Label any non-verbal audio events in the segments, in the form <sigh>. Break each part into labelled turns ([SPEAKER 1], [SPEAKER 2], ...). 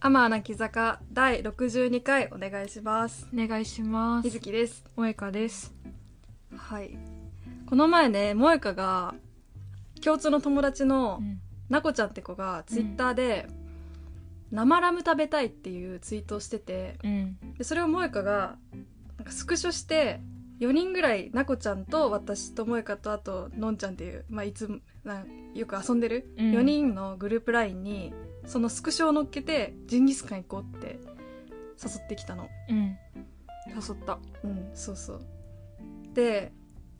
[SPEAKER 1] ハマー泣き坂第62回お願いします。
[SPEAKER 2] お願いしま
[SPEAKER 1] みず
[SPEAKER 2] す。
[SPEAKER 1] きです。
[SPEAKER 2] 萌香です。
[SPEAKER 1] はい。この前ね、萌香が、共通の友達の
[SPEAKER 2] うん
[SPEAKER 1] なこちゃんって子がツイッターで、生ラム食べたいっていうツイートをしてて、
[SPEAKER 2] うん。
[SPEAKER 1] でそれを萌香が、なんかスクショして、4人ぐらい、なこちゃんと私と萌香とあと、のんちゃんっていう、まあ、いつも、なんよく遊んでる、
[SPEAKER 2] うん
[SPEAKER 1] 4人のグループ LINE に、そのスクショを乗っけて、ジンギスカン行こうって誘ってきたの。
[SPEAKER 2] うん。誘った。
[SPEAKER 1] うんそうそうで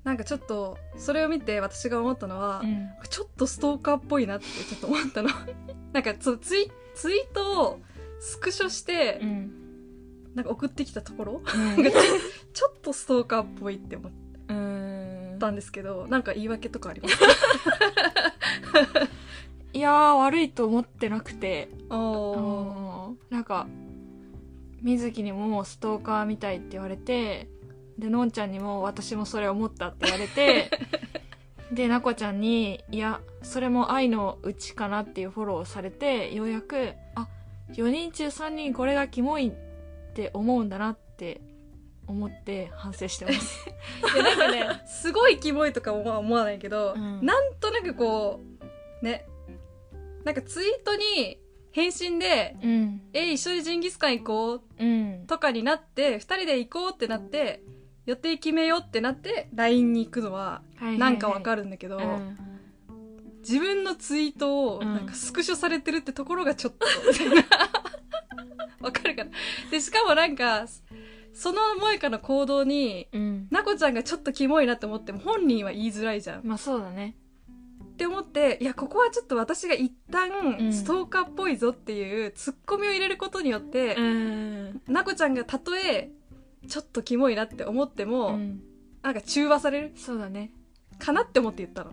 [SPEAKER 1] なんかちょっとそれを見て私が思ったのは、
[SPEAKER 2] ん。
[SPEAKER 1] ちょっとストーカーっぽいなってちょっと思ったの <laughs> なんかそのツイツイートをスクショして、
[SPEAKER 2] うん。
[SPEAKER 1] なんか送ってきたところ
[SPEAKER 2] うん
[SPEAKER 1] なんかちょちょっとストーカーっぽいって思っ
[SPEAKER 2] <laughs> うーん
[SPEAKER 1] たんですけどなんか言い訳とかあります
[SPEAKER 2] いやー、悪いと思ってなくて。
[SPEAKER 1] おー
[SPEAKER 2] うんなんか、水木にもストーカーみたいって言われて、で、のんちゃんにも私もそれ思ったって言わ
[SPEAKER 1] <laughs>
[SPEAKER 2] れて、で、なこちゃんに、いや、それも愛のうちかなっていうフォローをされて、ようやく、あ、4人中3人これがキモいって思うんだなって思って反省してます。
[SPEAKER 1] <laughs> いやなんかねすごいキモいとかは思わないけど、
[SPEAKER 2] うん
[SPEAKER 1] なんとなくこうねなんかツイートに返信で
[SPEAKER 2] うん。
[SPEAKER 1] え一緒にジンギスカン行こう
[SPEAKER 2] うん。
[SPEAKER 1] とかになって2人で行こうってなって予定決めようってなって LINE に行くのはなんかわか
[SPEAKER 2] る
[SPEAKER 1] るんだけど、
[SPEAKER 2] とうん、
[SPEAKER 1] 自分のツイートを
[SPEAKER 2] うん
[SPEAKER 1] なんかスクショされてるってところがちょっと <laughs> わかるかなでしかもなんかその萌香の行動に
[SPEAKER 2] うん。
[SPEAKER 1] なこちゃんがちょっとキモいなって思っても本人は言いづらいじゃん
[SPEAKER 2] まあそうだね。
[SPEAKER 1] って思っていやここはちょっと私が一
[SPEAKER 2] う
[SPEAKER 1] 旦
[SPEAKER 2] ん
[SPEAKER 1] ストーカーっぽいぞっていうツッコミを入れることによって、
[SPEAKER 2] ん。
[SPEAKER 1] なこちゃんがたとえちょっとキモいなって思っても、
[SPEAKER 2] うん、
[SPEAKER 1] なんか中和される
[SPEAKER 2] そうだね。
[SPEAKER 1] かなって思って言ったの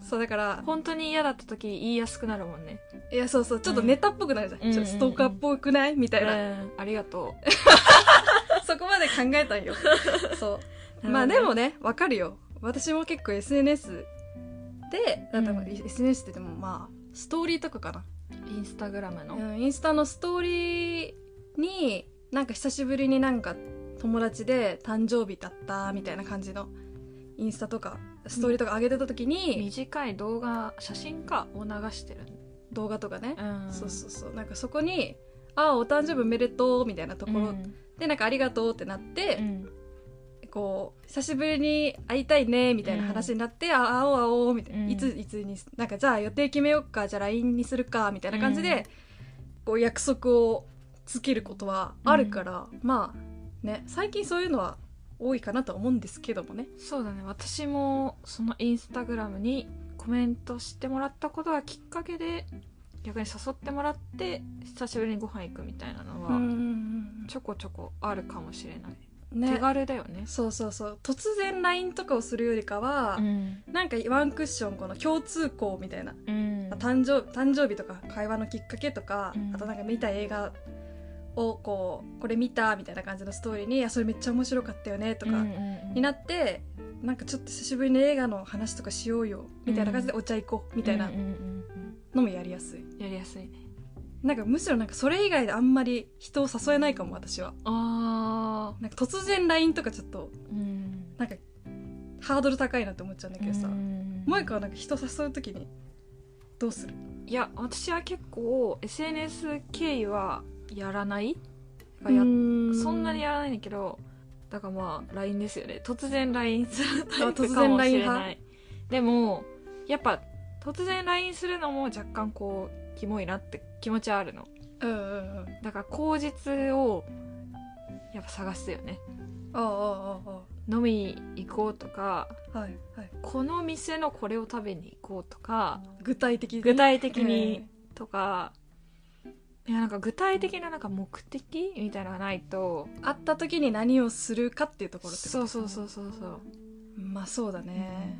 [SPEAKER 1] そうだから
[SPEAKER 2] 本当に嫌だった時言いやすくなるもんね。
[SPEAKER 1] いやそうそうちょっとネタっぽくなるじゃん、
[SPEAKER 2] うん
[SPEAKER 1] ちょっとストーカーっぽくないみたいな、
[SPEAKER 2] うん、ありがと
[SPEAKER 1] そこまで考えた
[SPEAKER 2] <laughs>
[SPEAKER 1] んよそう
[SPEAKER 2] なるほどね
[SPEAKER 1] まあでもねわかるよ私も結構 SNS でだから
[SPEAKER 2] うん
[SPEAKER 1] SNS ってでもまあストーリーとかかな
[SPEAKER 2] う。インスタグラムの。
[SPEAKER 1] うん、インスタのストーリーになんか久しぶりになんか友達で誕生日だったみたいな感じのインスタとかストーリーとか上げてた時に
[SPEAKER 2] 短い動画、写真かを流してる。
[SPEAKER 1] 動画とかね、
[SPEAKER 2] ん
[SPEAKER 1] そう
[SPEAKER 2] う。
[SPEAKER 1] そうそうなんかそこに「ああお誕生日おめでとう」みたいなところ、
[SPEAKER 2] うん
[SPEAKER 1] でなんか「ありがとう」ってなっ
[SPEAKER 2] う
[SPEAKER 1] て、
[SPEAKER 2] ん。
[SPEAKER 1] こう「久しぶりに会いたいね」みたいな話になって「ああ会おう会おう」みたいな、
[SPEAKER 2] うん
[SPEAKER 1] いついつになんかじゃあ予定決めようかじゃあ LINE にするかみたいな感じで、こう約束をつけることはあるから、まあね最近そういうのは多いかなと思うんですけどもね
[SPEAKER 2] そうだね。私も、そのインスタグラムにコメントしてもらったことがきっかけで、逆に誘ってもらって、久しぶりにご飯行くみたいなのは、ちょこちょこあるかもしれない。手
[SPEAKER 1] ね
[SPEAKER 2] 軽だよね。
[SPEAKER 1] そうそうそう突然 LINE とかをするよりかは、
[SPEAKER 2] ん。
[SPEAKER 1] なんかワンクッションこの共通項みたいな、
[SPEAKER 2] うん。
[SPEAKER 1] 誕生誕生日とか会話のきっかけとか、
[SPEAKER 2] うん
[SPEAKER 1] あとなんか見た映画をこうこれ見たみたいな感じのストーリーに「いやそれめっちゃ面白かったよね」とかにな
[SPEAKER 2] っ
[SPEAKER 1] って、なんかちょっと久しぶりに映画の話とかしようよみたいな感じでお茶行こうみたいなのもやりやすい、
[SPEAKER 2] やりやすいね。
[SPEAKER 1] なんかむしろなんかそれ以外であんまり人を誘えないかも私は
[SPEAKER 2] あ
[SPEAKER 1] なんか突然 LINE とかちょっと
[SPEAKER 2] ーうん
[SPEAKER 1] なんかハードル高いなって思っちゃうんだけどさ、
[SPEAKER 2] うん
[SPEAKER 1] 萌香はなんか人誘う時にどうする
[SPEAKER 2] いや私は結構 SNS 経由はやらない
[SPEAKER 1] う
[SPEAKER 2] がや
[SPEAKER 1] ーん
[SPEAKER 2] そんなにやらないんだけどだからまあ LINE ですよね突然 LINE するタイプかもし
[SPEAKER 1] あ突然 LINE
[SPEAKER 2] れな
[SPEAKER 1] 派
[SPEAKER 2] いでもやっぱ突然 LINE するのも若干こうキモいなって気持ちはあるの
[SPEAKER 1] うんうんうん
[SPEAKER 2] だから口実をやっぱ探すよね
[SPEAKER 1] あああああ
[SPEAKER 2] 飲み行こうとか
[SPEAKER 1] あはいはい
[SPEAKER 2] この店のこれを食べに行こうとか
[SPEAKER 1] 具体的に
[SPEAKER 2] 具体的にとか、いやなんか具体的ななんか目的みたいなのがないと
[SPEAKER 1] 会った時に何をするかっていうところってこと
[SPEAKER 2] そうそうそうそうそう
[SPEAKER 1] まあそうだね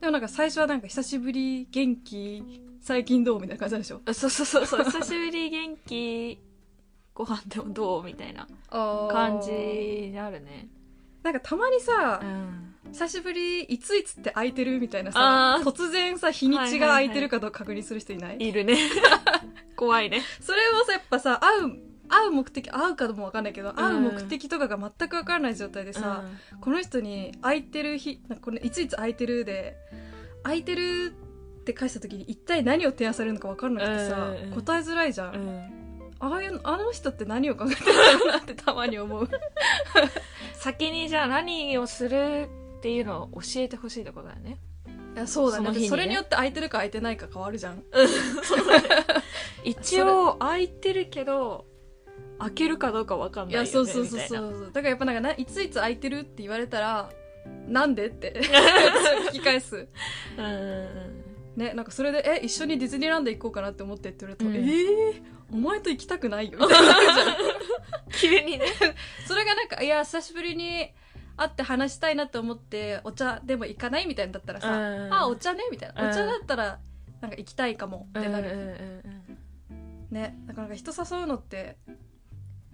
[SPEAKER 1] でもなんか最初はなんか久しぶり元気最近どうみたいな感じなんでしょ
[SPEAKER 2] あそうそうそうそう久しぶり元気ご飯でもどうみたいな
[SPEAKER 1] あ
[SPEAKER 2] 感じになるね
[SPEAKER 1] なんかたまにさ、
[SPEAKER 2] ん、
[SPEAKER 1] 久しぶりいついつって空いてるみたいな
[SPEAKER 2] あ
[SPEAKER 1] さ
[SPEAKER 2] ー
[SPEAKER 1] 突然さ日にちが空いてるかどうか確認する人いない,、
[SPEAKER 2] いるね <laughs> 怖いね
[SPEAKER 1] それもさやっぱさ会う会う目的会うかもわかんないけど、会う目的とかが全くわからない状態でさ、この人に空いてる日なんかこのいついつ空いてるで空いてるって返した時に一体何を提案されるのかわかんなくてさ、
[SPEAKER 2] うんうん
[SPEAKER 1] 答えづらいじゃん、
[SPEAKER 2] うんうん
[SPEAKER 1] ああいうあの人って何を考えてるんだろうなってたまに
[SPEAKER 2] <laughs>
[SPEAKER 1] 思う
[SPEAKER 2] 先にじゃあ何をするっていうのを教えてほしいってことだよね
[SPEAKER 1] いやそうだ
[SPEAKER 2] そ
[SPEAKER 1] ね
[SPEAKER 2] の
[SPEAKER 1] だって
[SPEAKER 2] 日にね
[SPEAKER 1] それによって空いてるか空いてないか変わるじゃん
[SPEAKER 2] 一応空いてるけど開けるかどうかわかん
[SPEAKER 1] い
[SPEAKER 2] な
[SPEAKER 1] や
[SPEAKER 2] いよね
[SPEAKER 1] そうそうそう
[SPEAKER 2] みた
[SPEAKER 1] そ
[SPEAKER 2] いな
[SPEAKER 1] うだからやっぱなんかないついつ空いてるって言われたらなんでって
[SPEAKER 2] <laughs>
[SPEAKER 1] 聞き返す
[SPEAKER 2] うんうん
[SPEAKER 1] ねなんかそれで「え一緒にディズニーランド行こうかなって思って」って言われると「
[SPEAKER 2] うん
[SPEAKER 1] ええお前と行きたく
[SPEAKER 2] <laughs>
[SPEAKER 1] ないよ」みたいになるじゃん
[SPEAKER 2] うん急にね
[SPEAKER 1] それがなんか「いや久しぶりに会って話したいなと思ってお茶でも行かない?」みたいになったらさ「
[SPEAKER 2] うん
[SPEAKER 1] あお茶ね」みたいな「
[SPEAKER 2] うん
[SPEAKER 1] お茶だったらなんか行きたいかも」ってなる、
[SPEAKER 2] うんうんうん
[SPEAKER 1] ねだからなんか人誘うのって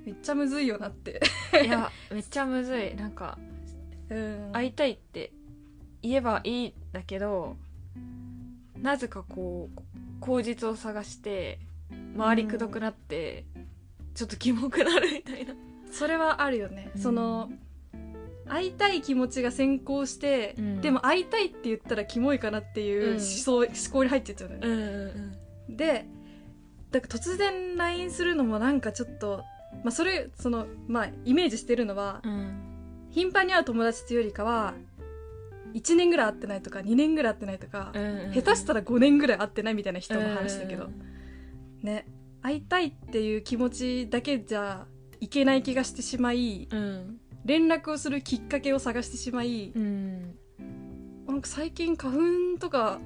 [SPEAKER 1] めっちゃむずいよなって
[SPEAKER 2] うんいや <laughs> めっちゃむずいなんか
[SPEAKER 1] <laughs> うん
[SPEAKER 2] 会いたいって言えばいいんだけどなぜかこう口実を探して周りくどくなって、ちょっとキモくなるみたいな、
[SPEAKER 1] それはあるよね、
[SPEAKER 2] うん
[SPEAKER 1] その会いたい気持ちが先行して、
[SPEAKER 2] うん
[SPEAKER 1] でも会いたいって言ったらキモいかなっていう
[SPEAKER 2] うん
[SPEAKER 1] 思想、思考に入っちゃっちゃうのよね、
[SPEAKER 2] んうん
[SPEAKER 1] でだから突然 LINE するのもなんかちょっとまあそれそのまあイメージしてるのは、
[SPEAKER 2] うん、
[SPEAKER 1] 頻繁に会う友達というよりかは1年ぐらい会ってないとか2年ぐらい会ってないとか、下手した
[SPEAKER 2] ら
[SPEAKER 1] ら5年ぐらい会ってないみたいな人の話だけど、ね会いたいっていう気持ちだけじゃいけない気がしてしまい、
[SPEAKER 2] うん
[SPEAKER 1] 連絡をするきっかけを探してしまい、
[SPEAKER 2] うん
[SPEAKER 1] なんか最近花粉とか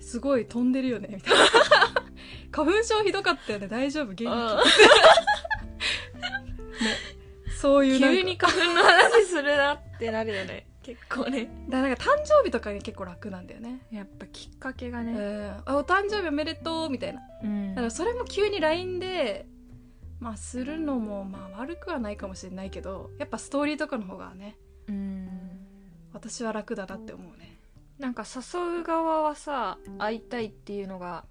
[SPEAKER 1] すごい飛んでるよねみたい
[SPEAKER 2] <laughs>
[SPEAKER 1] な花粉症ひどかったよね大丈夫元
[SPEAKER 2] あー
[SPEAKER 1] 気そういうなんか
[SPEAKER 2] 急に花粉の話するなってなるよね結構ね
[SPEAKER 1] だからなんか誕生日とかに結構楽なんだよね、
[SPEAKER 2] やっぱきっかけが
[SPEAKER 1] う
[SPEAKER 2] ね、
[SPEAKER 1] ん、あお誕生日おめでとうみたいな
[SPEAKER 2] うん
[SPEAKER 1] だからそれも急に LINE でまあするのもまあ悪くはないかもしれないけどやっぱストーリーとかの方がね
[SPEAKER 2] うん
[SPEAKER 1] 私は楽だなって思うね
[SPEAKER 2] なんか誘う側はさ会いたいっていうのが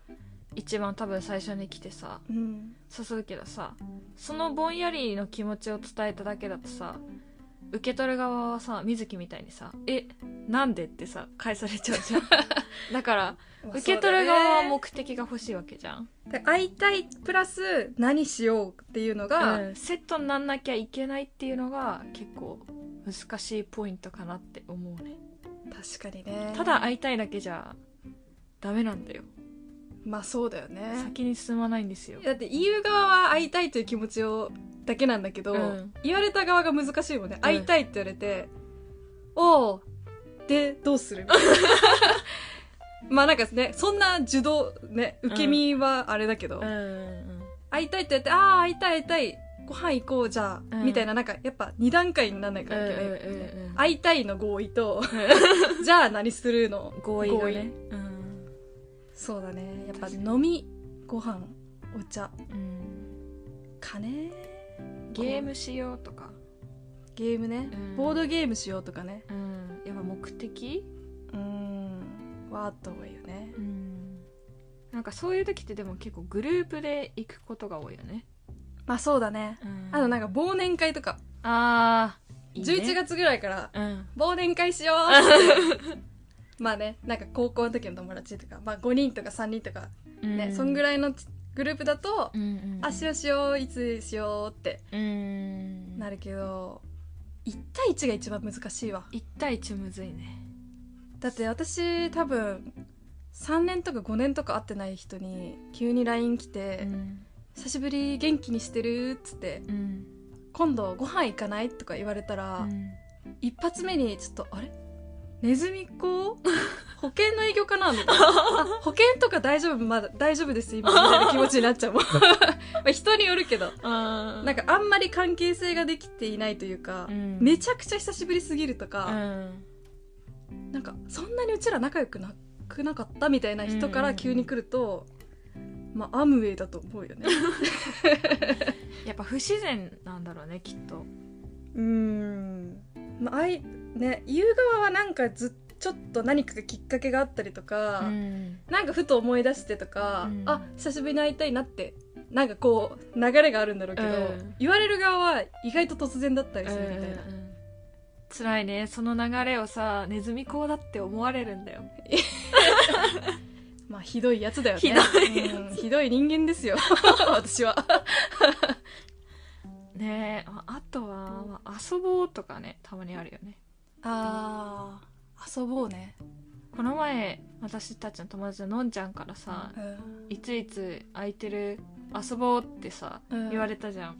[SPEAKER 2] 一番多分最初に来てさ
[SPEAKER 1] うん
[SPEAKER 2] 誘うけどさそのぼんやりの気持ちを伝えただけだとさ受け取る側はさ水木みたいにさ「えなんで?」ってさ返されちゃうじゃ <laughs> んだから受け取る側は目的が欲しいわけじゃん、
[SPEAKER 1] で会いたいプラス何しようっていうのが、
[SPEAKER 2] うんセットになんなきゃいけないっていうのが結構難しいポイントかなって思うね
[SPEAKER 1] 確かにね
[SPEAKER 2] ただ会いたいだけじゃダメなんだよ
[SPEAKER 1] まあそうだよね
[SPEAKER 2] 先に進まないんですよ
[SPEAKER 1] だって言う側は会いたいという気持ちをだけなんだけど、
[SPEAKER 2] うん
[SPEAKER 1] 言われた側が難しいもんね会いたいって言われて「おうでどうす
[SPEAKER 2] <laughs>
[SPEAKER 1] る? 」 <laughs> まあなんかねそんな受動ね受け身はあれだけど、
[SPEAKER 2] うんうん
[SPEAKER 1] 会いたいって言って「ああ会いたい会いたいご飯行こうじゃあ」
[SPEAKER 2] うん
[SPEAKER 1] みたいななんかやっぱ2段階にならないからいけない、
[SPEAKER 2] うん
[SPEAKER 1] 会いたいの合意と <laughs>
[SPEAKER 2] <laughs>
[SPEAKER 1] じゃあ何するの
[SPEAKER 2] 合意がね
[SPEAKER 1] そうだねやっぱ
[SPEAKER 2] 確かに
[SPEAKER 1] 飲みご飯お茶
[SPEAKER 2] うん
[SPEAKER 1] 金
[SPEAKER 2] ゲームしようとか
[SPEAKER 1] ゲームね、
[SPEAKER 2] うん
[SPEAKER 1] ボードゲームしようとかね
[SPEAKER 2] うんやっぱ目的
[SPEAKER 1] うーんはあった方がいいよね
[SPEAKER 2] うんなんかそういう時ってでも結構グループで行くことが多いよね
[SPEAKER 1] まあそうだねあとなんか忘年会とか
[SPEAKER 2] あーいいね
[SPEAKER 1] 11月ぐらいから
[SPEAKER 2] うん
[SPEAKER 1] 忘年会しよ
[SPEAKER 2] <laughs>
[SPEAKER 1] うってまあねなんか高校の時の友達とか、まあ、5人とか3人とかね、そんぐ
[SPEAKER 2] らい
[SPEAKER 1] らいのグループだと、あし
[SPEAKER 2] よ
[SPEAKER 1] ようしよういつしようって
[SPEAKER 2] うん
[SPEAKER 1] なるけど1対1が一番難しいわ
[SPEAKER 2] 一対一むずいね
[SPEAKER 1] だって私多分3年とか5年とか会ってない人に急に LINE 来て、
[SPEAKER 2] うん
[SPEAKER 1] 久しぶり元気にしてる?」っつって
[SPEAKER 2] うん
[SPEAKER 1] 「今度ご飯行かない?」とか言われたら、
[SPEAKER 2] うん
[SPEAKER 1] 一発目にちょっと「あれネズミっ子保険の影響かな?」みたいなあ「保険とか大丈夫まだ大丈夫です今」みたいな気持ちになっちゃうもんまあ人によるけど
[SPEAKER 2] あ
[SPEAKER 1] なん
[SPEAKER 2] か
[SPEAKER 1] かあんまり関係性ができていないというか、めちゃくちゃ久しぶりすぎるとか、なんかそんなにうちら仲良くなくなかったみたいな人から急に来ると、まあアムウェイだと思うよね
[SPEAKER 2] やっぱ不自然なんだろうねきっと
[SPEAKER 1] うーんまああいね言う側はなんかずちょっと何かきっかけがあったりとか、
[SPEAKER 2] うん
[SPEAKER 1] なんかふと思い出してとか、
[SPEAKER 2] うん
[SPEAKER 1] あ久しぶりに会いたいなってなんかこう流れがあるんだろうけど、
[SPEAKER 2] うん
[SPEAKER 1] 言われる側は意外と突然だったりするみたいな、
[SPEAKER 2] うん辛いねその流れをさネズミ講だって思われるんだよ
[SPEAKER 1] まあひどいやつだよね
[SPEAKER 2] ひどいやつ
[SPEAKER 1] うんひどい人間です
[SPEAKER 2] <laughs>
[SPEAKER 1] よ私は
[SPEAKER 2] ねえああとは、まあ、遊ぼうとかねたまにあるよね
[SPEAKER 1] あー遊ぼうね、
[SPEAKER 2] この前私たちの友達ののんちゃんからさ
[SPEAKER 1] うん
[SPEAKER 2] いついつ空いてる遊ぼうってさ、
[SPEAKER 1] うん
[SPEAKER 2] 言われたじゃん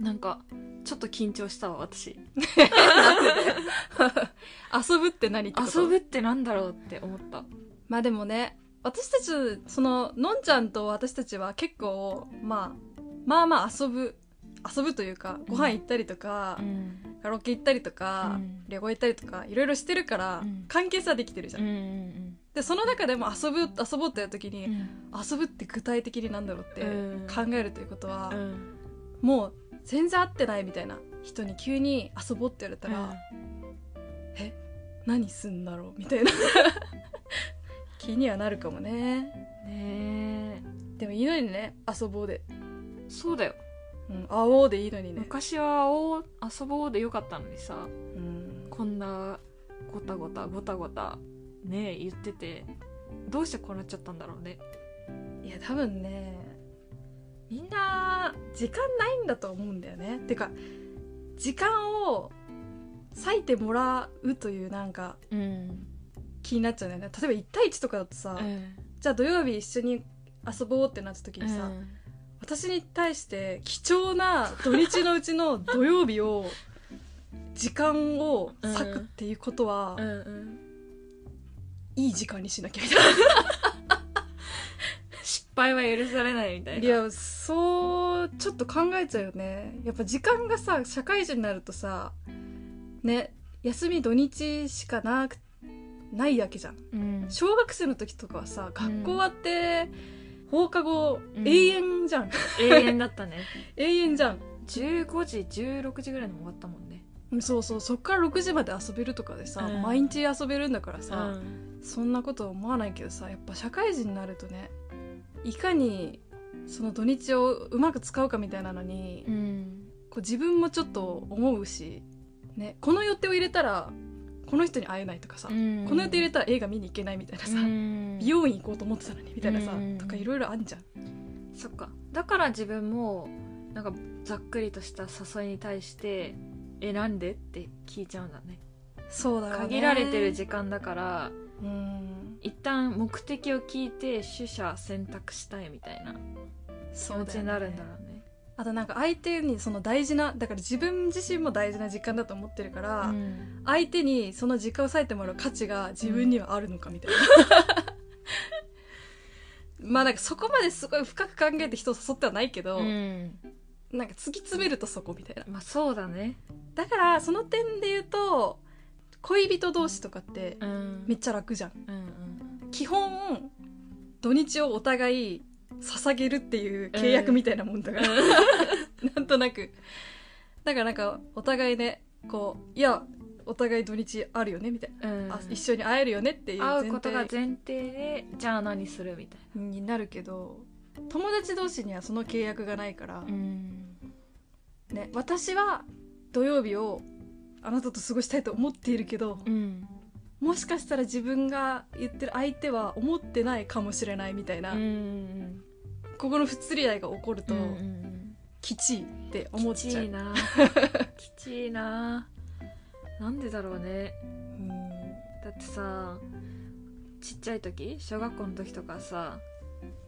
[SPEAKER 1] うん、 <laughs>
[SPEAKER 2] なんかちょっと緊張したわ私
[SPEAKER 1] 遊ぶって何ってこと
[SPEAKER 2] 遊ぶってなんだろうって思った
[SPEAKER 1] まあでもね私たちそののんちゃんと私たちは結構、まあ、まあまあ遊ぶ遊ぶというかご飯行ったりとか、
[SPEAKER 2] ん
[SPEAKER 1] カラオケ行ったりとか、
[SPEAKER 2] うん
[SPEAKER 1] 旅行行ったりとかいろいろしてるから、
[SPEAKER 2] うん
[SPEAKER 1] 関係性はできてるじゃ
[SPEAKER 2] うん
[SPEAKER 1] ん、
[SPEAKER 2] うん
[SPEAKER 1] でその中でも遊ぶ遊ぼうってやる時に、
[SPEAKER 2] うん
[SPEAKER 1] 遊ぶって具体的になんだろうって
[SPEAKER 2] うん
[SPEAKER 1] 考えるということは、
[SPEAKER 2] うん
[SPEAKER 1] もう全然会ってないみたいな人に急に遊ぼうって言われたら、え何すんだろうみたいな <laughs> 気にはなるかもね
[SPEAKER 2] ね
[SPEAKER 1] でもいいのにね遊ぼうで、
[SPEAKER 2] えそうだよ
[SPEAKER 1] うん、会おうでいいのにね、
[SPEAKER 2] 昔はお遊ぼうでよかったのにさ
[SPEAKER 1] うん、
[SPEAKER 2] こんなごたごたごたごたねえ言っててどうしてこうなっちゃったんだろうね
[SPEAKER 1] いや多分ねみんな時間ないんだと思うんだよねてか時間を割いてもらうというなんか
[SPEAKER 2] うん
[SPEAKER 1] 気になっちゃうんだよね例えば1対1とかだとさ、じゃあ土曜日一緒に遊ぼうってなった時にさ、私に対して貴重な土日のうちの土曜日を時間を割くっていうことは、
[SPEAKER 2] うんうん
[SPEAKER 1] いい時間にしなきゃみたい
[SPEAKER 2] 失敗は許されないみたい
[SPEAKER 1] な
[SPEAKER 2] ない
[SPEAKER 1] やそうちょっと考えちゃうよねやっぱ時間がさ社会人になるとさね休み土日しかなくないわけじゃん
[SPEAKER 2] うん
[SPEAKER 1] 小学生の時とかはさ
[SPEAKER 2] うん
[SPEAKER 1] 学校終わって放課後、
[SPEAKER 2] うん
[SPEAKER 1] 永遠じゃん
[SPEAKER 2] 永遠だったね
[SPEAKER 1] 永遠じゃん
[SPEAKER 2] 15時16時ぐらいに終わったもんね
[SPEAKER 1] うんそうそうそっから6時まで遊べるとかでさ、
[SPEAKER 2] うん
[SPEAKER 1] 毎日遊べるんだからさ、
[SPEAKER 2] うん
[SPEAKER 1] そんなことは思わないけどさやっぱ社会人になるとねいかにその土日をうまく使うかみたいなのに、こう自分もちょっと思うし、ね、この予定を入れたらこの人に会えないとかさ、
[SPEAKER 2] うん
[SPEAKER 1] この予定入れたら映画見に行けないみたいなさ、
[SPEAKER 2] うん
[SPEAKER 1] 美容院行こうと思ってたのにみたいなさ、
[SPEAKER 2] うん
[SPEAKER 1] とかいろいろあんじゃん。
[SPEAKER 2] そっかだから自分もなんかざっくりとした誘いに対して選んでって聞いちゃうんだね
[SPEAKER 1] そうだよね
[SPEAKER 2] 限られてる時間だから
[SPEAKER 1] うん
[SPEAKER 2] 一旦目的を聞いて取捨選択したいみたいな気
[SPEAKER 1] そ
[SPEAKER 2] 持
[SPEAKER 1] う
[SPEAKER 2] ち
[SPEAKER 1] だよ
[SPEAKER 2] に
[SPEAKER 1] ね
[SPEAKER 2] なるんだろうね
[SPEAKER 1] あとなんか相手にその大事なだから自分自身も大事な時間だと思ってるから、相手にその時間を割いてもらう価値が自分にはあるのかみたいな。
[SPEAKER 2] <laughs>
[SPEAKER 1] まあなんかそこまですごい深く考えて人を誘ってはないけど、
[SPEAKER 2] うんうん
[SPEAKER 1] なんか突き詰めるとそこみたいな。
[SPEAKER 2] まあそうだね
[SPEAKER 1] だからその点で言うと恋人同士とかって
[SPEAKER 2] うん
[SPEAKER 1] めっちゃ楽じゃん。
[SPEAKER 2] うんうん
[SPEAKER 1] 基本土日をお互い捧げるっていう契約みたいなもんだから、 <laughs> なんとなく。だからなんかお互いねこういやお互い土日あるよねみたいな。
[SPEAKER 2] うん
[SPEAKER 1] あ一緒に会えるよねっていう
[SPEAKER 2] 会うことが
[SPEAKER 1] 前提
[SPEAKER 2] 前提でじゃあ何するみたい
[SPEAKER 1] になるけど友達同士にはその契約がないから
[SPEAKER 2] な、ん
[SPEAKER 1] ね、私は土曜日をあなたと過ごしたいと思っているけど
[SPEAKER 2] うん
[SPEAKER 1] もしかしたら自分が言ってる相手は思ってないかもしれないみたいな、
[SPEAKER 2] うん
[SPEAKER 1] ここの不釣り合いが起こると、
[SPEAKER 2] うん
[SPEAKER 1] きちいって思っち
[SPEAKER 2] き
[SPEAKER 1] ゃ
[SPEAKER 2] ち
[SPEAKER 1] う
[SPEAKER 2] いなきちいななんでだろうね
[SPEAKER 1] うん
[SPEAKER 2] だってさちっちゃい時小学校の時とかさ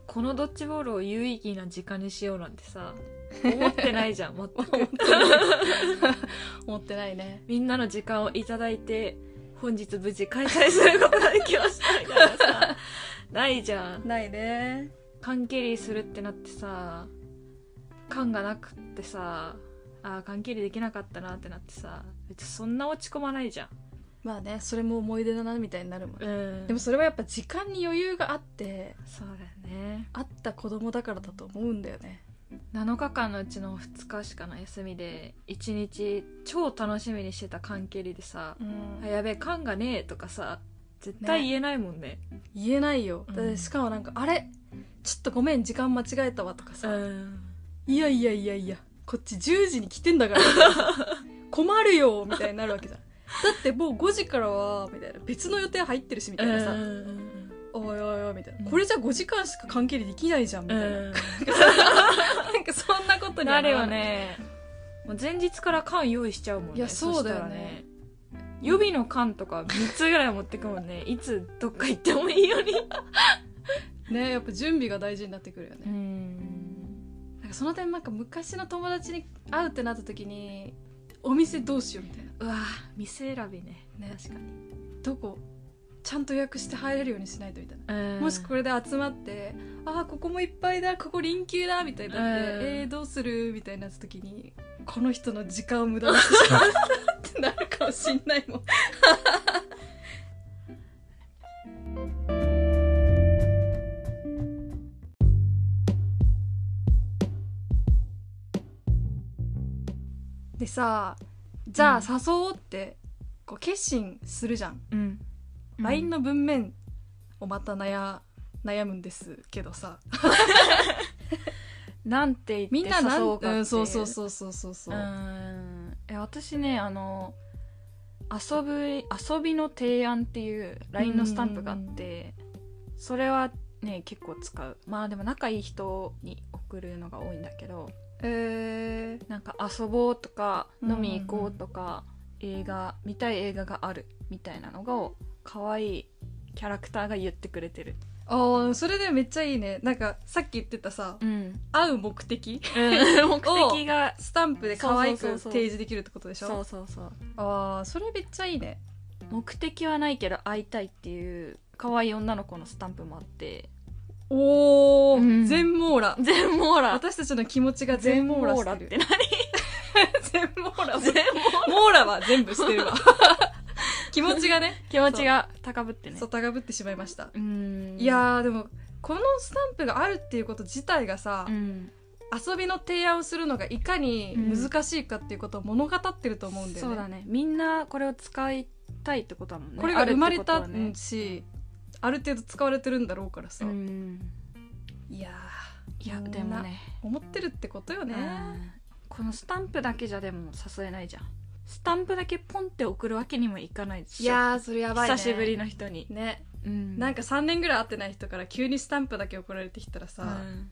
[SPEAKER 2] このドッジボールを有意義な時間にしようなんてさ思ってない
[SPEAKER 1] <laughs>
[SPEAKER 2] じゃん全く
[SPEAKER 1] 思ってないね
[SPEAKER 2] みんなの時間をいただいて本日無事開催することができましたみたいなさないじゃん
[SPEAKER 1] ないね
[SPEAKER 2] 缶蹴りするってなってさ缶がなくってさあー缶蹴りできなかったなってなってさ別にそんな落ち込まないじゃん
[SPEAKER 1] まあねそれも思い出だなみたいになるもんね、
[SPEAKER 2] うん
[SPEAKER 1] でもそれはやっぱ時間に余裕があって
[SPEAKER 2] そうだよね
[SPEAKER 1] あった子供だからだと思うんだよね
[SPEAKER 2] う7日間のうちの2日しかの休みで1日超楽しみにしてた関係でさ「あやべえ缶がねえ」とかさ絶対
[SPEAKER 1] ね
[SPEAKER 2] 言えないもんね
[SPEAKER 1] 言えないよ、
[SPEAKER 2] うん
[SPEAKER 1] だってしかもなんか「あれちょっとごめん時間間違えたわ」とかさ「
[SPEAKER 2] ん
[SPEAKER 1] いやいやいやいやこっち10時に来てんだ <laughs> から困るよ」みたいになるわけじゃんだってもう5時からはみたいな別の予定入ってるしみたいなさ「おいおいおい」みたいな、
[SPEAKER 2] うん
[SPEAKER 1] これじゃ5時間しか関係できないじゃん」みたいな、なんかそんなことには
[SPEAKER 2] なる
[SPEAKER 1] らな
[SPEAKER 2] よ
[SPEAKER 1] い
[SPEAKER 2] ねもう前日から缶用意しちゃうもんね
[SPEAKER 1] いやそうだよね
[SPEAKER 2] したら予備の缶とか3つぐらい持ってくもんねいつどっか行ってもいいように
[SPEAKER 1] ねやっぱ準備が大事になってくるよね、
[SPEAKER 2] ん
[SPEAKER 1] なんかその点なんか昔の友達に会うってなった時にお店どうしようみたいな
[SPEAKER 2] うわ店選びね
[SPEAKER 1] ね確かにどこちゃんと予約して入れるようにしないとみたいな、も
[SPEAKER 2] も
[SPEAKER 1] しこれで集まってああここもいっぱいだここ臨休だみたいになって、
[SPEAKER 2] うん
[SPEAKER 1] えー、どうするみたいになった時にこの人の時間を無駄にしてし
[SPEAKER 2] <laughs>
[SPEAKER 1] まうってなるかもしんないもんでさじゃあ
[SPEAKER 2] うん
[SPEAKER 1] 誘おうってこう決心するじゃん、
[SPEAKER 2] うん、
[SPEAKER 1] LINE の文面をまた悩悩むんですけどさ
[SPEAKER 2] なんて言って
[SPEAKER 1] みんななん
[SPEAKER 2] 誘おうかってい
[SPEAKER 1] んそうそうそうそうそうそう
[SPEAKER 2] ううんえ私ねあの遊ぶ遊びの提案っていう LINE のスタンプがあってそれはね結構使うまあでも仲いい人に送るのが多いんだけど
[SPEAKER 1] え
[SPEAKER 2] なんか遊ぼうとか
[SPEAKER 1] うんうんう
[SPEAKER 2] 飲
[SPEAKER 1] ん
[SPEAKER 2] み行こうとか、映画見たい映画があるみたいなのを可愛いキャラクターが言ってくれてる
[SPEAKER 1] ー、ああそれでめっちゃいいねなんかさっき言ってたさ
[SPEAKER 2] <laughs> うん
[SPEAKER 1] 会う目的
[SPEAKER 2] 目的が
[SPEAKER 1] <laughs> スタンプで可愛
[SPEAKER 2] そう
[SPEAKER 1] く
[SPEAKER 2] そうそうそう
[SPEAKER 1] 提示できるってことでしょ
[SPEAKER 2] そうそうそう
[SPEAKER 1] ああそれめっちゃいいね
[SPEAKER 2] 目的はないけど会いたいっていう可愛い女の子のスタンプもあって
[SPEAKER 1] おお、
[SPEAKER 2] うん
[SPEAKER 1] 全網羅
[SPEAKER 2] 全網羅
[SPEAKER 1] 私たちの気持ちが全網羅してる
[SPEAKER 2] 全網羅
[SPEAKER 1] <laughs> 全網羅
[SPEAKER 2] って何全網羅
[SPEAKER 1] 網羅は全部してるわ
[SPEAKER 2] <laughs>
[SPEAKER 1] 気持ちがね
[SPEAKER 2] 気持ちが高ぶってね
[SPEAKER 1] そう高ぶってしまいました
[SPEAKER 2] うーん
[SPEAKER 1] いやーでもこのスタンプがあるっていうこと自体がさ、
[SPEAKER 2] うん
[SPEAKER 1] 遊びの提案をするのがいかに難しいかっていうことを物語ってると思うんだよね。
[SPEAKER 2] そうだねみんなこれを使いたいってことだもんね
[SPEAKER 1] これが生まれた
[SPEAKER 2] あるってことはね
[SPEAKER 1] しある程度使われてるんだろうからさ、
[SPEAKER 2] うん
[SPEAKER 1] いやー
[SPEAKER 2] いや
[SPEAKER 1] みんな
[SPEAKER 2] でもね
[SPEAKER 1] 思ってるってことよね。
[SPEAKER 2] うんこのスタンプだけじゃでも誘えないじゃんスタンプだけポンって送るわけにもいかないでしょ
[SPEAKER 1] いやーそれやばいね。
[SPEAKER 2] 久しぶりの人に、
[SPEAKER 1] ね、
[SPEAKER 2] うん
[SPEAKER 1] なんか3年ぐらい会ってない人から急にスタンプだけ送られてきたらさ、
[SPEAKER 2] うん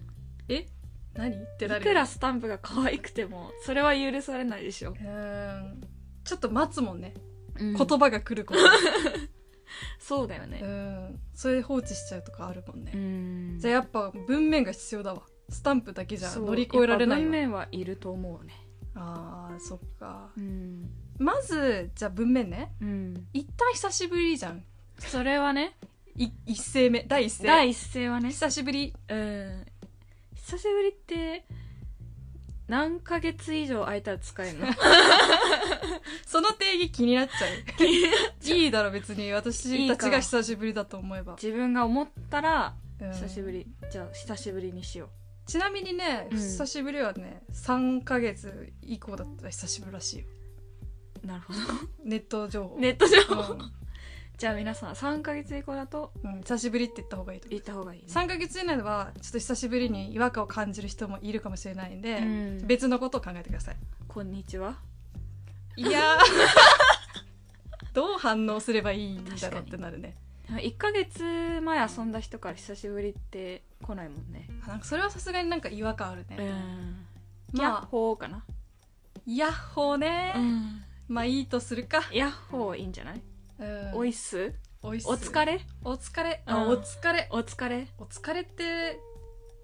[SPEAKER 1] え何って
[SPEAKER 2] い
[SPEAKER 1] なる
[SPEAKER 2] く
[SPEAKER 1] よ
[SPEAKER 2] らスタンプが可愛くてもそれは許されないでし
[SPEAKER 1] う
[SPEAKER 2] ょ、
[SPEAKER 1] ーんちょっと待つもんね、
[SPEAKER 2] 言葉
[SPEAKER 1] 言葉が来ること
[SPEAKER 2] そうだよ
[SPEAKER 1] う
[SPEAKER 2] ね
[SPEAKER 1] んそれ放置しちゃうとかあるもんね。
[SPEAKER 2] ん
[SPEAKER 1] じゃあやっぱ文面が必要だわスタンプだけじゃ
[SPEAKER 2] そう
[SPEAKER 1] 乗り越えられな
[SPEAKER 2] やっぱ
[SPEAKER 1] い
[SPEAKER 2] 文
[SPEAKER 1] わ
[SPEAKER 2] 面はいると思うね
[SPEAKER 1] あーそっか
[SPEAKER 2] うん、
[SPEAKER 1] まずじゃあ文面ね
[SPEAKER 2] うん、
[SPEAKER 1] 一旦久しぶりじゃん
[SPEAKER 2] それはね
[SPEAKER 1] い一声目第一声
[SPEAKER 2] 第一声はね
[SPEAKER 1] 久しぶり
[SPEAKER 2] うん久しぶりって何ヶ月以上空いたら使 <laughs> えるの
[SPEAKER 1] その定義気になっちゃ
[SPEAKER 2] <laughs>
[SPEAKER 1] ういいだろ別に私たちが久しぶりだと思えば
[SPEAKER 2] 自分が思ったら
[SPEAKER 1] うん
[SPEAKER 2] 久しぶり、じゃあ久しぶりにしよ
[SPEAKER 1] ちなみにね、
[SPEAKER 2] うん
[SPEAKER 1] 久しぶりはね3ヶ月以降だったら久しぶりらしいよ
[SPEAKER 2] うなるほど
[SPEAKER 1] ネット情報
[SPEAKER 2] <laughs> ネット上、
[SPEAKER 1] うん
[SPEAKER 2] じゃあ皆さん3ヶ月以降だと
[SPEAKER 1] うん久しぶりって言った方がいいと思う
[SPEAKER 2] 行った方がいい、ね、
[SPEAKER 1] 3ヶ月以内はちょっと久しぶりに違和感を感じる人もいるかもしれないんで、
[SPEAKER 2] うん
[SPEAKER 1] 別のことを考えてください
[SPEAKER 2] こんにちはい
[SPEAKER 1] やどう反応すればいいんだろうってなるね
[SPEAKER 2] 1ヶ月前遊んだ人から久しぶりって来ないもんね
[SPEAKER 1] あなんかそれはさすがになんか違和感あるね、
[SPEAKER 2] んヤッ
[SPEAKER 1] まあ
[SPEAKER 2] ホーかな
[SPEAKER 1] ヤッホーね、まあいいとするか、
[SPEAKER 2] ヤッホーいいんじゃない
[SPEAKER 1] うん
[SPEAKER 2] おいっす
[SPEAKER 1] おいっす
[SPEAKER 2] お疲れ
[SPEAKER 1] お疲れあ、
[SPEAKER 2] うん
[SPEAKER 1] お疲れ
[SPEAKER 2] お疲れ
[SPEAKER 1] お疲れって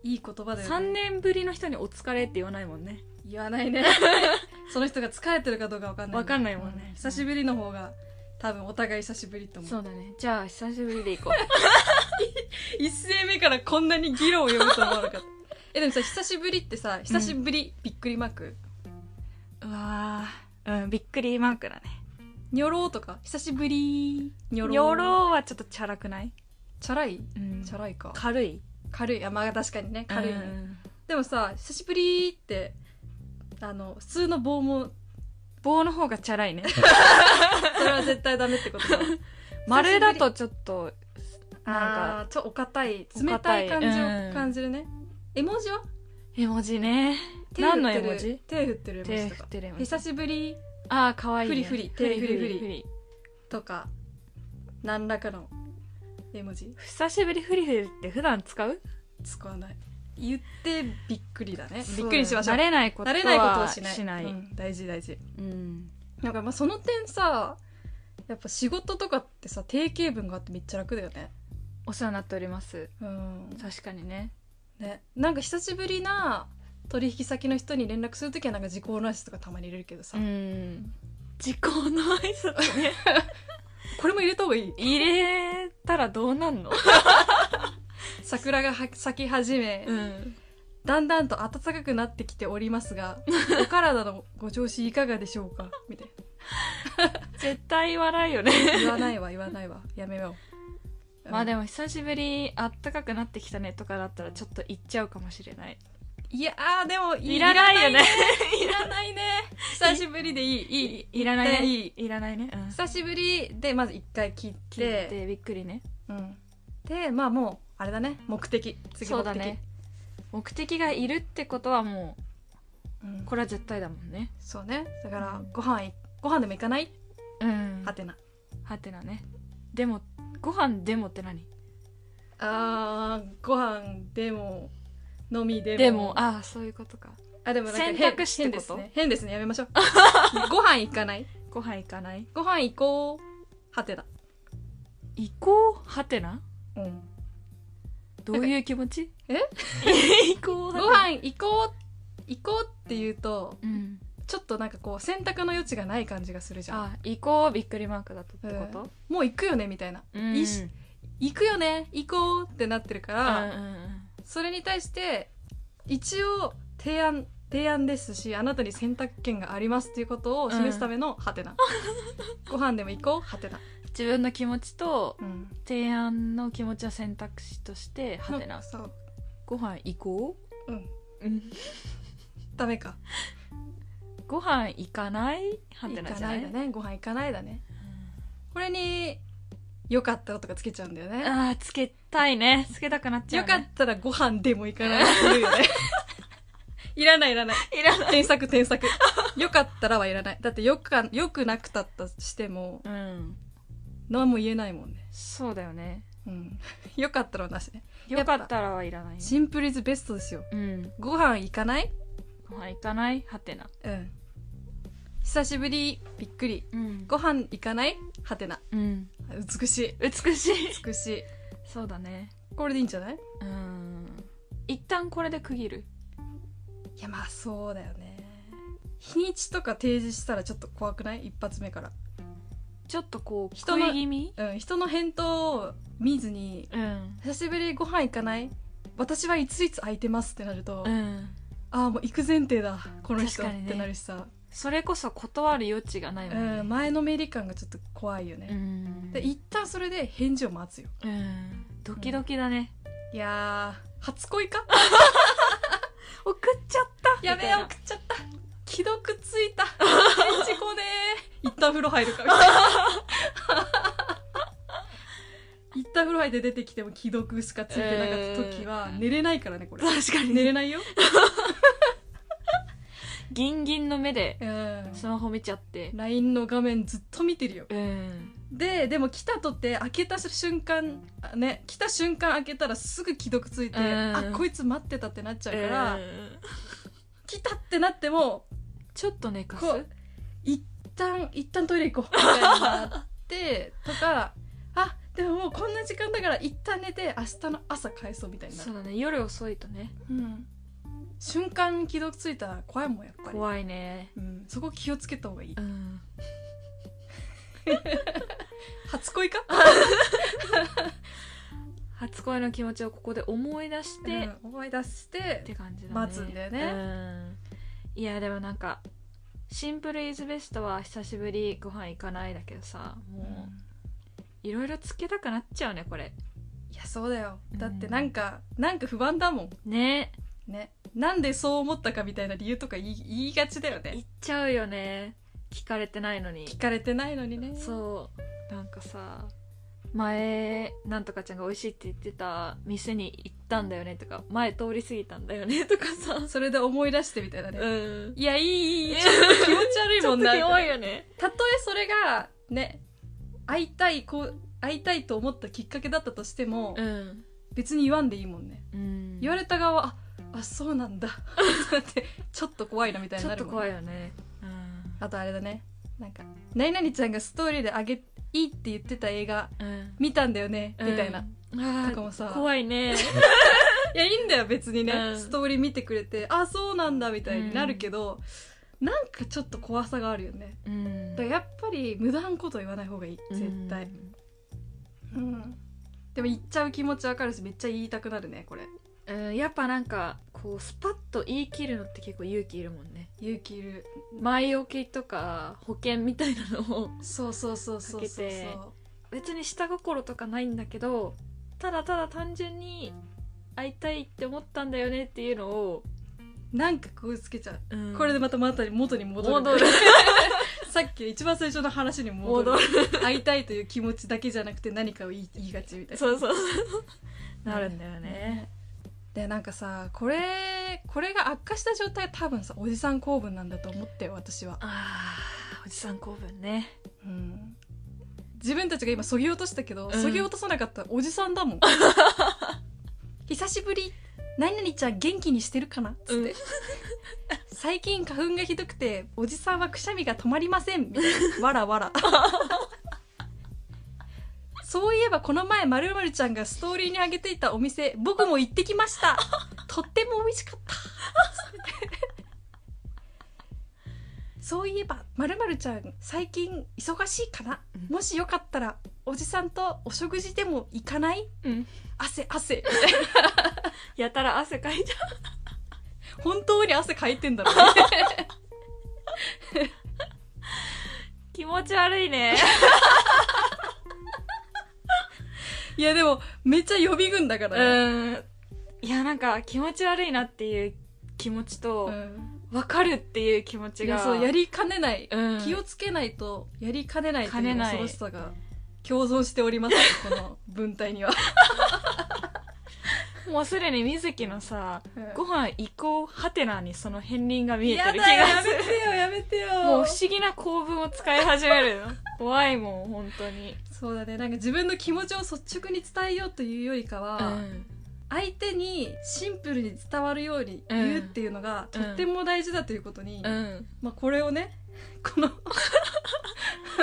[SPEAKER 1] いい言葉だよ
[SPEAKER 2] 3
[SPEAKER 1] ね
[SPEAKER 2] 年ぶりの人に「お疲れ」って言わないもんね
[SPEAKER 1] 言わ
[SPEAKER 2] <laughs>
[SPEAKER 1] ないねその人が疲れてるかどうかわかんない
[SPEAKER 2] わかんないもんね
[SPEAKER 1] う久しぶりの方が多分お互い久しぶりと思う
[SPEAKER 2] そうだねじゃあ久しぶりで行こう
[SPEAKER 1] 一世目からこんなに議論を読むと思わなかった <laughs> えでもさ久しぶりってさ久しぶり、びっくりマーク
[SPEAKER 2] <laughs> うわーうんびっくりマークだね
[SPEAKER 1] にょろーとか久しぶりにょろー
[SPEAKER 2] ニョローはちょっとチャラくない
[SPEAKER 1] チャラい
[SPEAKER 2] うん
[SPEAKER 1] チャラいか
[SPEAKER 2] 軽い
[SPEAKER 1] 軽いあまあ確かにね軽いね、
[SPEAKER 2] うん
[SPEAKER 1] でもさ久しぶりってあの普通の棒も
[SPEAKER 2] 棒の方がチャラ <laughs> いね
[SPEAKER 1] それは絶対ダメって <laughs> ことだ
[SPEAKER 2] 丸だとちょっと
[SPEAKER 1] な
[SPEAKER 2] なん
[SPEAKER 1] かちょっとお堅い冷たい感じ
[SPEAKER 2] うん
[SPEAKER 1] を感じるね、絵文字は
[SPEAKER 2] 絵文字ね
[SPEAKER 1] 手振ってる
[SPEAKER 2] 何の絵文字
[SPEAKER 1] 手振ってる絵文
[SPEAKER 2] 手
[SPEAKER 1] 字と
[SPEAKER 2] 振
[SPEAKER 1] か
[SPEAKER 2] ってる絵文字
[SPEAKER 1] 久しぶり
[SPEAKER 2] ああかわいい、
[SPEAKER 1] フ
[SPEAKER 2] ね、
[SPEAKER 1] リフリ
[SPEAKER 2] フリフリ
[SPEAKER 1] フ
[SPEAKER 2] フ
[SPEAKER 1] リ
[SPEAKER 2] リ
[SPEAKER 1] フとか何らかの絵文字
[SPEAKER 2] 久しぶりフリフリって普段使う
[SPEAKER 1] 使わない言ってびっくりだねびっくりしましょう
[SPEAKER 2] 慣れないこと
[SPEAKER 1] 慣
[SPEAKER 2] は
[SPEAKER 1] れないことをしない
[SPEAKER 2] しない、
[SPEAKER 1] うん大事大事
[SPEAKER 2] うん
[SPEAKER 1] なんかまあその点さやっぱ仕事とかってさ定型文があってめっちゃ楽だよね
[SPEAKER 2] お世話になっております
[SPEAKER 1] うん
[SPEAKER 2] 確かにね
[SPEAKER 1] ねなんか久しぶりな取引先の人に連絡するときはなんか時効の話とかたまに入れるけどさ、
[SPEAKER 2] ん時効の挨拶ね
[SPEAKER 1] これも入れた方がいい
[SPEAKER 2] <laughs> 入れたらどうなんの
[SPEAKER 1] 桜がは咲き始め、
[SPEAKER 2] ん
[SPEAKER 1] だんだんと暖かくなってきておりますがお体のご調子いかがでしょうかみたい
[SPEAKER 2] 絶対言わないよね
[SPEAKER 1] な言わないわ言わないわやめよう
[SPEAKER 2] まあで
[SPEAKER 1] も
[SPEAKER 2] も久しぶりあったかくなってきたねとかだったらちょっと行っちゃうかもしれない
[SPEAKER 1] いやーでも
[SPEAKER 2] いらないよね
[SPEAKER 1] いらないね久しぶりでいいいい
[SPEAKER 2] いらないね
[SPEAKER 1] いい
[SPEAKER 2] いらないね、うん、
[SPEAKER 1] 久しぶりでまず一回聞い
[SPEAKER 2] 聞
[SPEAKER 1] て
[SPEAKER 2] いてびっくりね
[SPEAKER 1] うん、でまあもうあれだね目的次
[SPEAKER 2] そう
[SPEAKER 1] 目的
[SPEAKER 2] だね目的がいるってことはも
[SPEAKER 1] うん
[SPEAKER 2] うこれは絶対だもんね
[SPEAKER 1] そうねだか
[SPEAKER 2] う
[SPEAKER 1] ら
[SPEAKER 2] ん
[SPEAKER 1] ご飯いご飯でも行かない
[SPEAKER 2] うん
[SPEAKER 1] はてな
[SPEAKER 2] はてなねでもご飯でもって何
[SPEAKER 1] あーご飯でも飲みでも
[SPEAKER 2] でもああそういうことか
[SPEAKER 1] あでもなんか変
[SPEAKER 2] 選択肢って
[SPEAKER 1] 変で
[SPEAKER 2] こ
[SPEAKER 1] す
[SPEAKER 2] と
[SPEAKER 1] ね変ですねやめま
[SPEAKER 2] <laughs>
[SPEAKER 1] しょうご飯行かない
[SPEAKER 2] ご飯行かない
[SPEAKER 1] ご飯行こうはてな
[SPEAKER 2] 行こうはてな
[SPEAKER 1] うん
[SPEAKER 2] どういう気持ち
[SPEAKER 1] え
[SPEAKER 2] <laughs> 行こう
[SPEAKER 1] ご飯行こう行こうって言うと
[SPEAKER 2] うん
[SPEAKER 1] ちょっとなんかこう選択の余地がない感じがするじゃん
[SPEAKER 2] あ行こうびっくりマークだとってこと、
[SPEAKER 1] もう行くよねみたいな
[SPEAKER 2] うん
[SPEAKER 1] いいし行くよね行こうってなってるか
[SPEAKER 2] う
[SPEAKER 1] ら、
[SPEAKER 2] んうんうん
[SPEAKER 1] それに対して一応提案提案ですしあなたに選択権がありますということを示すためのハテ
[SPEAKER 2] <laughs>
[SPEAKER 1] ナご飯でも行こうハテナ
[SPEAKER 2] 自分の気持ちと
[SPEAKER 1] うん
[SPEAKER 2] 提案の気持ちの選択肢としてはてな
[SPEAKER 1] そう
[SPEAKER 2] ご飯行こ
[SPEAKER 1] うん
[SPEAKER 2] う、うん、
[SPEAKER 1] ダメか
[SPEAKER 2] ご飯行かないは
[SPEAKER 1] 行
[SPEAKER 2] てな
[SPEAKER 1] か
[SPEAKER 2] じゃな
[SPEAKER 1] ないいだねご飯行かないだねこれによかったらとかつけちゃうんだよ
[SPEAKER 2] うん
[SPEAKER 1] ね
[SPEAKER 2] あーつけたいねつけたくなっちゃ
[SPEAKER 1] よ
[SPEAKER 2] う、ね、
[SPEAKER 1] かったらご飯でも行かないって言う
[SPEAKER 2] <laughs>
[SPEAKER 1] よねいらないいらない
[SPEAKER 2] たいらない
[SPEAKER 1] 添削添削よかったらはいらないだってよくかよくなくたったとしても
[SPEAKER 2] うん
[SPEAKER 1] 何も言えないもんね
[SPEAKER 2] そうだよね
[SPEAKER 1] うん、 <laughs> よかったらはなしね
[SPEAKER 2] よかったらはいらないね
[SPEAKER 1] シンプルイズベストですよ
[SPEAKER 2] うん
[SPEAKER 1] ご飯行かない
[SPEAKER 2] ご飯行かないはてな
[SPEAKER 1] うん久しぶりびっくり
[SPEAKER 2] うん
[SPEAKER 1] ご飯行かないはてな
[SPEAKER 2] うん
[SPEAKER 1] 美しい
[SPEAKER 2] 美しい
[SPEAKER 1] 美しい
[SPEAKER 2] そうだね
[SPEAKER 1] これでいいんじゃない
[SPEAKER 2] うん一旦これで区切る
[SPEAKER 1] いやまあそうだよね日にちとか提示したらちょっと怖くない一発目から
[SPEAKER 2] ちょっとこう
[SPEAKER 1] 人
[SPEAKER 2] 食
[SPEAKER 1] の
[SPEAKER 2] い気味
[SPEAKER 1] うん人の返答を見ずに
[SPEAKER 2] うん
[SPEAKER 1] 久しぶりご飯行かない私はいついつ空いてますってなると、
[SPEAKER 2] うん
[SPEAKER 1] ああもう行く前提だこの人、
[SPEAKER 2] 確かに
[SPEAKER 1] っ
[SPEAKER 2] ね
[SPEAKER 1] てなるしさ、
[SPEAKER 2] それこそ断る余地がないもん
[SPEAKER 1] うん、前のめり感がちょっと怖いよね、
[SPEAKER 2] うん
[SPEAKER 1] で一旦それで返事を待つよ
[SPEAKER 2] うんドキドキだね
[SPEAKER 1] いやー初恋か
[SPEAKER 2] 送っちゃった
[SPEAKER 1] やべえ送っ
[SPEAKER 2] みたい
[SPEAKER 1] ちゃった既読つ
[SPEAKER 2] <laughs>
[SPEAKER 1] いた返事こねー一旦風呂入るかみたいな一旦風呂入って出てきても既読しかついてなかった時は
[SPEAKER 2] えー
[SPEAKER 1] 寝れないからねこれ
[SPEAKER 2] な確かに
[SPEAKER 1] 寝れないよ
[SPEAKER 2] ギンギンの目で
[SPEAKER 1] うん
[SPEAKER 2] スマホ見ちゃって
[SPEAKER 1] LINE の画面ずっと見てるよ
[SPEAKER 2] うん
[SPEAKER 1] ででも来たとって開けた瞬間あね来た瞬間開けたらすぐ既読ついて、
[SPEAKER 2] うん
[SPEAKER 1] あこいつ待ってたってなっちゃうか、
[SPEAKER 2] だからら
[SPEAKER 1] 来たってなっても
[SPEAKER 2] ちょっと寝かす
[SPEAKER 1] こう一旦一旦トイレ行こうみたいにな
[SPEAKER 2] <laughs>
[SPEAKER 1] ってとかあでももうこんな時間だから一旦寝て明日の朝返そうみたいにな
[SPEAKER 2] そ
[SPEAKER 1] る
[SPEAKER 2] うだね夜遅いとね
[SPEAKER 1] うん瞬間に既読ついたら怖いもんやっぱり
[SPEAKER 2] 怖いね
[SPEAKER 1] うん、そこ気をつけた方がいい
[SPEAKER 2] うん
[SPEAKER 1] 初恋か
[SPEAKER 2] 初恋の気持ちをここで思い出して、
[SPEAKER 1] で
[SPEAKER 2] っ、
[SPEAKER 1] うん思い出して
[SPEAKER 2] て感じだね
[SPEAKER 1] 待つんだよね
[SPEAKER 2] うんいやでもなんかシンプルイズベストは久しぶりご飯行かないだけどさもういろいろつけたくなっちゃうねこれ
[SPEAKER 1] いやそうだよだってなんか、なんか不安だもん
[SPEAKER 2] ね
[SPEAKER 1] ねなんでそう思ったかみたいな理由とか言い言いがちだよね
[SPEAKER 2] 言っちゃうよね聞かれてないのに
[SPEAKER 1] 聞かれてないのにね
[SPEAKER 2] そうなんかさ前なんとかちゃんが美味しいって言ってた店に行ったんだよねとか前通り過ぎたんだよねと <laughs> かさ
[SPEAKER 1] それで思い出してみたいなね、
[SPEAKER 2] うん
[SPEAKER 1] いやい
[SPEAKER 2] <laughs>
[SPEAKER 1] いいいちょっと気持ち悪い
[SPEAKER 2] ちょ
[SPEAKER 1] も
[SPEAKER 2] っ
[SPEAKER 1] ん
[SPEAKER 2] と
[SPEAKER 1] な
[SPEAKER 2] 弱いよね
[SPEAKER 1] たとえそれがね会いたいこう会いたいと思ったきっかけだったとしても、
[SPEAKER 2] ん、
[SPEAKER 1] 別に言わんでいいもんね
[SPEAKER 2] うん、
[SPEAKER 1] 言われた側はああそうなん
[SPEAKER 2] <laughs>
[SPEAKER 1] だってちょっと怖いなみたい
[SPEAKER 2] ち
[SPEAKER 1] に
[SPEAKER 2] ょ
[SPEAKER 1] な
[SPEAKER 2] っ
[SPEAKER 1] る
[SPEAKER 2] と
[SPEAKER 1] もん、
[SPEAKER 2] 怖
[SPEAKER 1] ね、
[SPEAKER 2] いよねうん
[SPEAKER 1] あとあれだねなんか「何々ちゃんがストーリーであげいいって言ってた映画
[SPEAKER 2] うん
[SPEAKER 1] 見たんだよね」みたいな、
[SPEAKER 2] あ
[SPEAKER 1] とかもさ
[SPEAKER 2] ー怖い <laughs> ね
[SPEAKER 1] いやいいんだよ別にね、
[SPEAKER 2] うん
[SPEAKER 1] ストーリー見てくれて「あそうなんだ」みたいになるけど、なんかちょっと怖さがあるよね
[SPEAKER 2] うん
[SPEAKER 1] だからやっぱり無駄なこと言わない方がいい絶対、うん、でも言っちゃう気持ちわかるしめっちゃ言いたくなるねこれ
[SPEAKER 2] うん、うんやっぱなんかこうスパッと言い切るのって結構勇気いるもんね
[SPEAKER 1] 勇気いる
[SPEAKER 2] 前置きとか保険みたいなのを
[SPEAKER 1] そうそうそうそうそう
[SPEAKER 2] かけて <laughs> 別に下心とかないんだけどただただ単純に会いたいって思ったんだよねっていうのを、
[SPEAKER 1] なんかこうつけちゃう、
[SPEAKER 2] うん
[SPEAKER 1] これでまたまた元に戻る
[SPEAKER 2] <laughs> 戻る
[SPEAKER 1] <laughs> さっきの一番最初の話に戻る
[SPEAKER 2] 戻る
[SPEAKER 1] 会いたいという気持ちだけじゃなくて何かを言い言いがちみたいな
[SPEAKER 2] <laughs> そうそうそう <laughs> なるんだよね
[SPEAKER 1] でなんかさこれこれが悪化した状態多分さおじさん構文なんだと思ってよ私は、
[SPEAKER 2] あーおじさん構文ね
[SPEAKER 1] うん、自分たちが今そぎ落としたけど、
[SPEAKER 2] ん
[SPEAKER 1] そぎ落とさなかったらおじさんだも
[SPEAKER 2] <laughs>
[SPEAKER 1] ん久しぶり何々ちゃん元気にしてるかなっつって、
[SPEAKER 2] うん
[SPEAKER 1] 最近花粉がひどくておじさんはくしゃみが止まりませんみたいなわらわら <laughs> そういえばこの前まるまるちゃんがストーリーにあげていたお店僕も行ってきましたとっても美味しかった <laughs> そういえばまるまるちゃん最近忙しいかな、
[SPEAKER 2] うん
[SPEAKER 1] もしよかったらおじさんとお食事でも行かない
[SPEAKER 2] うん
[SPEAKER 1] 汗汗
[SPEAKER 2] やたら汗かいちゃ
[SPEAKER 1] 本当に汗かいてんだろうね
[SPEAKER 2] う気持ち悪いね
[SPEAKER 1] いやでもめっちゃ予備軍だか
[SPEAKER 2] う
[SPEAKER 1] らね、
[SPEAKER 2] んいやなんか気持ち悪いなっていう気持ちと、
[SPEAKER 1] うん
[SPEAKER 2] わかるっていう気持ち
[SPEAKER 1] いや
[SPEAKER 2] が
[SPEAKER 1] そうやりかねない、
[SPEAKER 2] うん
[SPEAKER 1] 気をつけないとやりかねないと
[SPEAKER 2] か
[SPEAKER 1] い
[SPEAKER 2] ね
[SPEAKER 1] う
[SPEAKER 2] ない
[SPEAKER 1] 恐ろしさが共存しておりますこ <laughs> の文体には、
[SPEAKER 2] もうすでに水木のさご飯移行ハテナにその片鱗が見え
[SPEAKER 1] や
[SPEAKER 2] て
[SPEAKER 1] だ
[SPEAKER 2] る
[SPEAKER 1] よ
[SPEAKER 2] 気が
[SPEAKER 1] や
[SPEAKER 2] す
[SPEAKER 1] め
[SPEAKER 2] る
[SPEAKER 1] てよやめてよ
[SPEAKER 2] もう不思議な構文を使い始め <laughs> るよ怖いもん本当に
[SPEAKER 1] そうだねなんか自分の気持ちを率直に伝えようというよりかは、相手にシンプルに伝わるように言うっていうのが、
[SPEAKER 2] うん
[SPEAKER 1] とっても大事だということに、
[SPEAKER 2] うん
[SPEAKER 1] まあ、これをねこの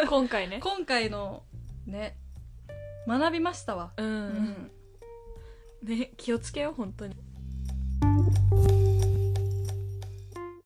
[SPEAKER 2] 今回ね
[SPEAKER 1] 今回のね学びましたわ、
[SPEAKER 2] う
[SPEAKER 1] うん
[SPEAKER 2] ね気をつけよう本当に